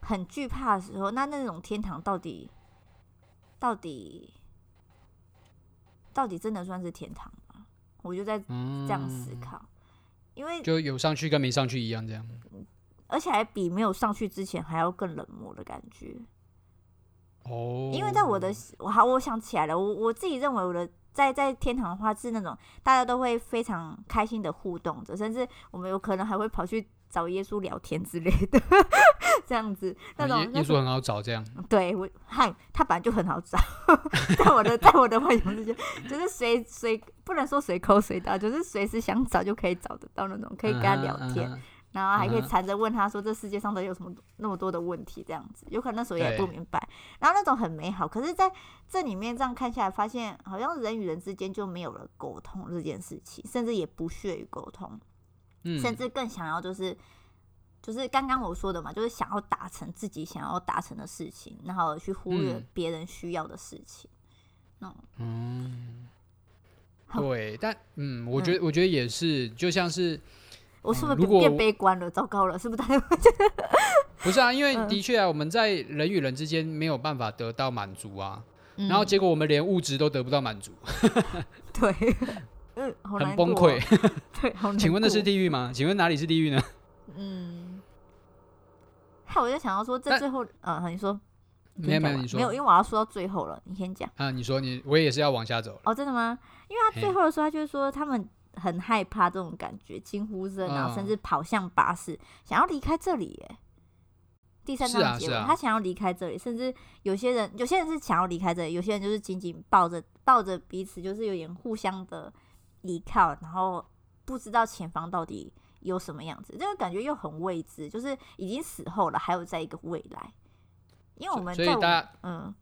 [SPEAKER 3] 很惧怕的时候，那那种天堂到底到底到底真的算是天堂吗？我就在
[SPEAKER 2] 嗯，
[SPEAKER 3] 这样思考，因为
[SPEAKER 2] 就有上去跟没上去一样，这样。
[SPEAKER 3] 而且还比没有上去之前还要更冷漠的感觉。
[SPEAKER 2] 哦，
[SPEAKER 3] 因为在我的我好，我想起来了，我我自己认为我的在在天堂的话是那种大家都会非常开心的互动着，甚至我们有可能还会跑去找耶稣聊天之类的， 这样子那
[SPEAKER 2] 哦
[SPEAKER 3] 种
[SPEAKER 2] 耶
[SPEAKER 3] 那
[SPEAKER 2] 耶
[SPEAKER 3] 种
[SPEAKER 2] 稣很啊好找，这样。
[SPEAKER 3] 对我嗨，他本来就很好找， 在我的在我的幻想之间，就是随随不能说随口随到，就是随时想找就可以找得到那 种，可以跟他聊天。
[SPEAKER 2] 嗯哼。嗯哼
[SPEAKER 3] 然后还可以
[SPEAKER 2] 嗯哼
[SPEAKER 3] 缠着问他说：“这世界上都有什么那么多的问题？”这样子，有可能那时候也
[SPEAKER 2] 对
[SPEAKER 3] 不明白。然后那种很美好，可是在这里面这样看下来，发现好像人与人之间就没有了沟通这件事情，甚至也不屑于沟通，
[SPEAKER 2] 嗯，
[SPEAKER 3] 甚至更想要就是就是刚刚我说的嘛，就是想要达成自己想要达成的事情，然后去忽略
[SPEAKER 2] 嗯
[SPEAKER 3] 别人需要的事情。
[SPEAKER 2] 嗯，
[SPEAKER 3] 好
[SPEAKER 2] 对，但嗯，我觉得我觉得也是，就像是
[SPEAKER 3] 我是不是
[SPEAKER 2] 嗯如果
[SPEAKER 3] 变
[SPEAKER 2] 我
[SPEAKER 3] 悲观了？糟糕了，是不是大家会？
[SPEAKER 2] 不是啊？因为
[SPEAKER 3] 嗯
[SPEAKER 2] 的确啊，我们在人与人之间没有办法得到满足啊，
[SPEAKER 3] 嗯
[SPEAKER 2] 然后结果我们连物质都得不到满足，
[SPEAKER 3] 对， 嗯，好难
[SPEAKER 2] 很崩
[SPEAKER 3] 过哦
[SPEAKER 2] 溃。。
[SPEAKER 3] 对，好难
[SPEAKER 2] 请问那
[SPEAKER 3] 过哦
[SPEAKER 2] 是地狱吗？ 请问哪里是地 狱呢？
[SPEAKER 3] 嗯，害我就想要说，这
[SPEAKER 2] 但
[SPEAKER 3] 最后，呃，你说你
[SPEAKER 2] 没有没
[SPEAKER 3] 先讲
[SPEAKER 2] 有，
[SPEAKER 3] 吧
[SPEAKER 2] 你说
[SPEAKER 3] 没有，因为我要说到最后了，你先讲。
[SPEAKER 2] 啊，你说你我也是要往下走了。
[SPEAKER 3] 哦，真的吗？因为他最
[SPEAKER 2] 嘿
[SPEAKER 3] 后的时候，他就是说他们很害怕这种感觉，惊呼声，然后甚
[SPEAKER 2] 嗯
[SPEAKER 3] 至跑向巴士，想要离开这里耶。第三
[SPEAKER 2] 是
[SPEAKER 3] 章的
[SPEAKER 2] 啊
[SPEAKER 3] 结
[SPEAKER 2] 是
[SPEAKER 3] 尾，
[SPEAKER 2] 啊
[SPEAKER 3] 他想要离开这里，甚至有些人，有些人是想要离开这里，有些人就是紧紧抱着抱着彼此，就是有点互相的依靠，然后不知道前方到底有什么样子，这个感觉又很未知，就是已经死后了，还有在一个未来。因为我
[SPEAKER 2] 所
[SPEAKER 3] 们
[SPEAKER 2] 所以
[SPEAKER 3] 在我
[SPEAKER 2] 大
[SPEAKER 3] 们
[SPEAKER 2] 家
[SPEAKER 3] 嗯，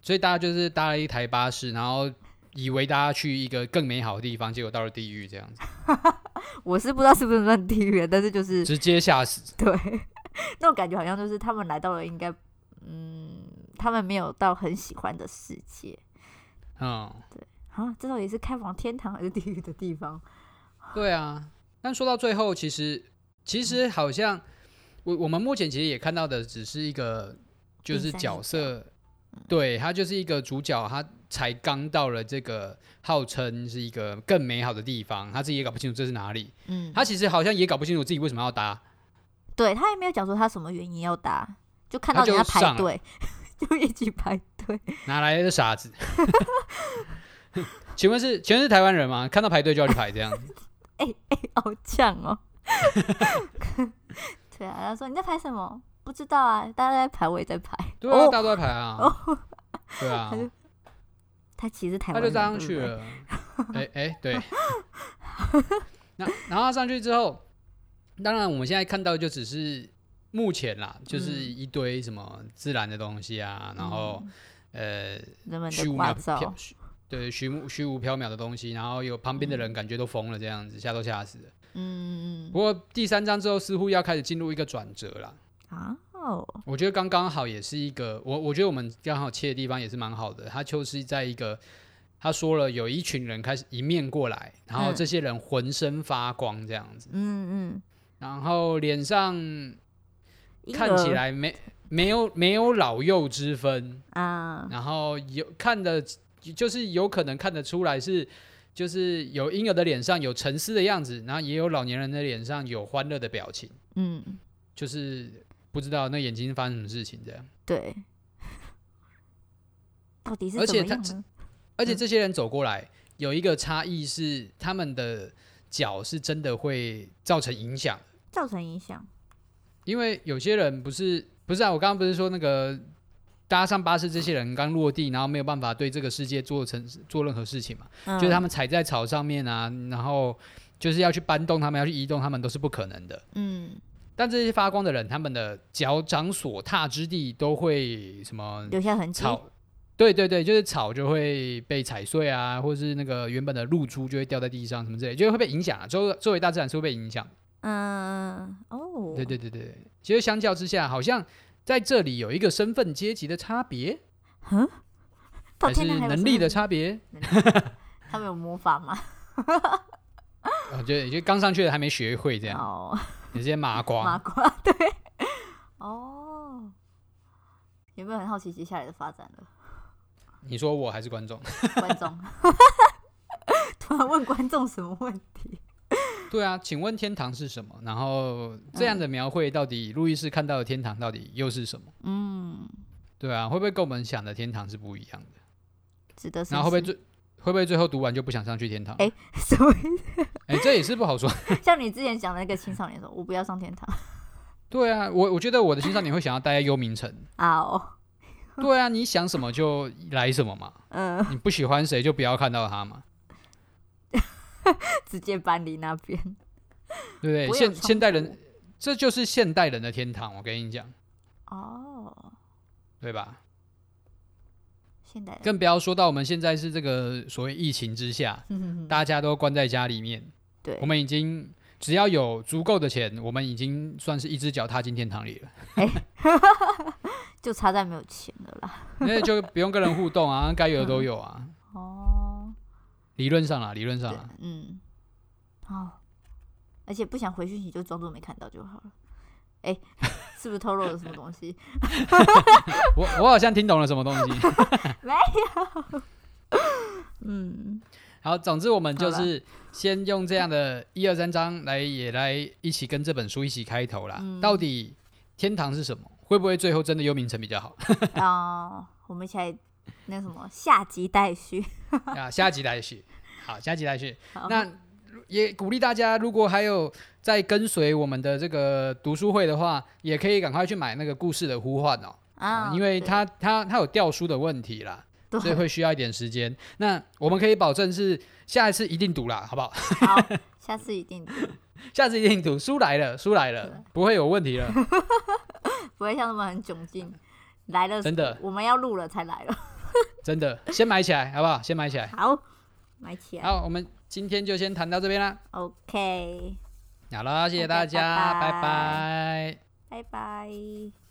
[SPEAKER 2] 所以大家就是搭了一台巴士，然后以为大家去一个更美好的地方，结果到了地狱这样子，
[SPEAKER 3] 我是不知道是不是 算地狱，但是就 是
[SPEAKER 2] 直接吓死。
[SPEAKER 3] 对，那种感觉好像就是他们来到了应该，嗯，他们没有到很喜欢的世界
[SPEAKER 2] 嗯，
[SPEAKER 3] 啊。这到底是开往天堂还是地狱的地方？
[SPEAKER 2] 对啊。但说到最后，其实其实好像我我们目前其实也看到的只是一个就
[SPEAKER 3] 冰
[SPEAKER 2] 是
[SPEAKER 3] 山一
[SPEAKER 2] 角
[SPEAKER 3] 角
[SPEAKER 2] 色，嗯对他就是一个主角，他才刚到了这个号称是一个更美好的地方，他自己也搞不清楚这是哪里，
[SPEAKER 3] 嗯，
[SPEAKER 2] 他其实好像也搞不清楚自己为什么要搭。
[SPEAKER 3] 对他也没有讲说他什么原因要搭，就看
[SPEAKER 2] 他
[SPEAKER 3] 到人家
[SPEAKER 2] 就上了
[SPEAKER 3] 排队， 就一起排队。
[SPEAKER 2] 哪来的傻子？ 请问是请问是台湾人吗？看到排队就要去排这 样子？
[SPEAKER 3] 好呛哦。 对啊，他说你在排什么？不知道啊，大家在排，我也在排。
[SPEAKER 2] 对啊，
[SPEAKER 3] 哦
[SPEAKER 2] 大家都在排啊。对啊
[SPEAKER 3] 他，就他其实台
[SPEAKER 2] 他
[SPEAKER 3] 湾
[SPEAKER 2] 就
[SPEAKER 3] 人
[SPEAKER 2] 搭上
[SPEAKER 3] 对不
[SPEAKER 2] 去
[SPEAKER 3] 对
[SPEAKER 2] 了。哎哎，对。那然后他上去之后，当然我们现在看到就只是目前啦，就是
[SPEAKER 3] 嗯
[SPEAKER 2] 一堆什么自然的东西啊，然后呃
[SPEAKER 3] 嗯人们
[SPEAKER 2] 虚
[SPEAKER 3] 的
[SPEAKER 2] 无
[SPEAKER 3] 挂
[SPEAKER 2] 缥
[SPEAKER 3] 照
[SPEAKER 2] 缈，，虚对虚无虚无缥缈的东西，然后有旁边的人感觉都疯了这样子，吓都吓死了。
[SPEAKER 3] 嗯
[SPEAKER 2] 不过第三章之后似乎要开始进入一个转折啦。
[SPEAKER 3] 啊哦，
[SPEAKER 2] 我觉得刚刚好也是一个，我我觉得我们刚好切的地方也是蛮好的。他就是在一个，他说了有一群人开始迎面过来，然后
[SPEAKER 3] 嗯
[SPEAKER 2] 这些人浑身发光这样子，
[SPEAKER 3] 嗯嗯，
[SPEAKER 2] 然后脸上
[SPEAKER 3] 婴
[SPEAKER 2] 看起
[SPEAKER 3] 儿
[SPEAKER 2] 来没没有没有老幼之分，
[SPEAKER 3] 啊，
[SPEAKER 2] 然后有看的就是有可能看得出来是。就是有婴儿的脸上有沉思的样子，然后也有老年人的脸上有欢乐的表情，
[SPEAKER 3] 嗯，
[SPEAKER 2] 就是不知道那眼睛发生什么事情这样。
[SPEAKER 3] 对， 到底是
[SPEAKER 2] 而
[SPEAKER 3] 怎
[SPEAKER 2] 且
[SPEAKER 3] 么
[SPEAKER 2] 他
[SPEAKER 3] 样
[SPEAKER 2] 这
[SPEAKER 3] 呢？
[SPEAKER 2] 而且这些人走过来，有一个差异是他们的脚是真的会造成影响，
[SPEAKER 3] 造成影响，
[SPEAKER 2] 因为有些人不是不是啊，我刚刚不是说那个搭上巴士这些人刚落地，然后没有办法对这个世界做成做任何事情嘛，
[SPEAKER 3] 嗯
[SPEAKER 2] 就是他们踩在草上面啊，然后就是要去搬动他们，要去移动他们都是不可能的。
[SPEAKER 3] 嗯，
[SPEAKER 2] 但这些发光的人，他们的脚掌所踏之地都会什么
[SPEAKER 3] 嗯，留下痕迹，
[SPEAKER 2] 草，对对对，就是草就会被踩碎啊，或是那个原本的露珠就会掉在地上什么之类，就会被影响啊。周周围大自然是会被影响。
[SPEAKER 3] 嗯，哦，
[SPEAKER 2] 对对对对对，其实相较之下，好像在这里有一个身份阶级的差别，
[SPEAKER 3] 到
[SPEAKER 2] 还是
[SPEAKER 3] 哦天堂还有
[SPEAKER 2] 能
[SPEAKER 3] 什
[SPEAKER 2] 力
[SPEAKER 3] 么
[SPEAKER 2] 的差别？
[SPEAKER 3] 他们有魔法吗？
[SPEAKER 2] 呃就也就刚上去的还没学会这样，
[SPEAKER 3] 哦，
[SPEAKER 2] 你这些麻瓜
[SPEAKER 3] 麻。瓜， 对，哦，有没有很好奇接下来的发展了？
[SPEAKER 2] 你说我还是观众？
[SPEAKER 3] 观众， 突然问观众什么问题？
[SPEAKER 2] 对啊，请问天堂是什么？然后这样的描绘到底路易斯看到的天堂到底又是什么？
[SPEAKER 3] 嗯，
[SPEAKER 2] 对啊，会不会跟我们想的天堂是不一样的？
[SPEAKER 3] 值得深
[SPEAKER 2] 然后会不会
[SPEAKER 3] 思
[SPEAKER 2] 最会不会最后读完就不想上去天堂？
[SPEAKER 3] 哎、 什么意
[SPEAKER 2] 哎、这也是不好说。
[SPEAKER 3] 思？像你之前讲的那个青少年说，我不要上天堂
[SPEAKER 2] 对啊，我我觉得我的青少年会想要待在幽冥 城。
[SPEAKER 3] 啊哦，
[SPEAKER 2] 对啊，你想什么就来什么嘛，
[SPEAKER 3] 嗯，
[SPEAKER 2] 你不喜欢谁就不要看到他嘛，
[SPEAKER 3] 直接搬离那边。
[SPEAKER 2] 对不
[SPEAKER 3] 不
[SPEAKER 2] 对？
[SPEAKER 3] 会有
[SPEAKER 2] 现
[SPEAKER 3] 冲
[SPEAKER 2] 现代
[SPEAKER 3] 突
[SPEAKER 2] 人，这就是现代人的天堂，我跟你讲，
[SPEAKER 3] 哦，
[SPEAKER 2] 对吧？
[SPEAKER 3] 现代人，
[SPEAKER 2] 更不要说到我们现在是这个所谓疫情之下，
[SPEAKER 3] 哼哼哼
[SPEAKER 2] 大家都关在家里面，
[SPEAKER 3] 嗯对
[SPEAKER 2] 我，们已经只要有足够的钱，我们已经算是一只脚踏进天堂里了，
[SPEAKER 3] 就差在没有钱了啦。
[SPEAKER 2] 那就不用跟人互动啊，该有的都有啊，
[SPEAKER 3] 嗯哦，
[SPEAKER 2] 理论上啦，理论上
[SPEAKER 3] 对
[SPEAKER 2] 啦，，
[SPEAKER 3] 嗯，哦，而且不想回讯息就装作没看到就好了。哎、是不是透露了什么东西？
[SPEAKER 2] 我我好像听懂了什么东 西。
[SPEAKER 3] 嗯，
[SPEAKER 2] 好，总之我们就
[SPEAKER 3] 好
[SPEAKER 2] 是先用这样的一二三章来也来一起跟这本书一起开头啦。
[SPEAKER 3] 嗯
[SPEAKER 2] 到底天堂是什么？会不会最后真的幽冥城比较 好
[SPEAKER 3] 哦，我们一起来那什么下集待续。
[SPEAKER 2] 啊？下集来续。好，下集来续。
[SPEAKER 3] 好
[SPEAKER 2] 那也鼓励大家，如果还有在跟随我们的这个读书会的话，也可以赶快去买那个故事的呼唤哦，
[SPEAKER 3] 啊、
[SPEAKER 2] 因为
[SPEAKER 3] 对
[SPEAKER 2] 它它它有掉书的问题啦，
[SPEAKER 3] 对
[SPEAKER 2] 所以会需要一点时间。那我们可以保证是下一次一定读啦，好不好？
[SPEAKER 3] 好，下次一定
[SPEAKER 2] 下次一定读，书来了，书来
[SPEAKER 3] 对
[SPEAKER 2] 了，不会有问题了。
[SPEAKER 3] 不会像他们很窘境，来了
[SPEAKER 2] 真的
[SPEAKER 3] 我们要录了才来了。
[SPEAKER 2] 真的，先买起来好不好？先买起来。
[SPEAKER 3] 好，买起来。
[SPEAKER 2] 好，我们今天就先谈到这边啦。
[SPEAKER 3] OK，
[SPEAKER 2] 好了，谢谢
[SPEAKER 3] OK，
[SPEAKER 2] 大家，
[SPEAKER 3] 拜拜
[SPEAKER 2] 拜拜
[SPEAKER 3] 拜拜。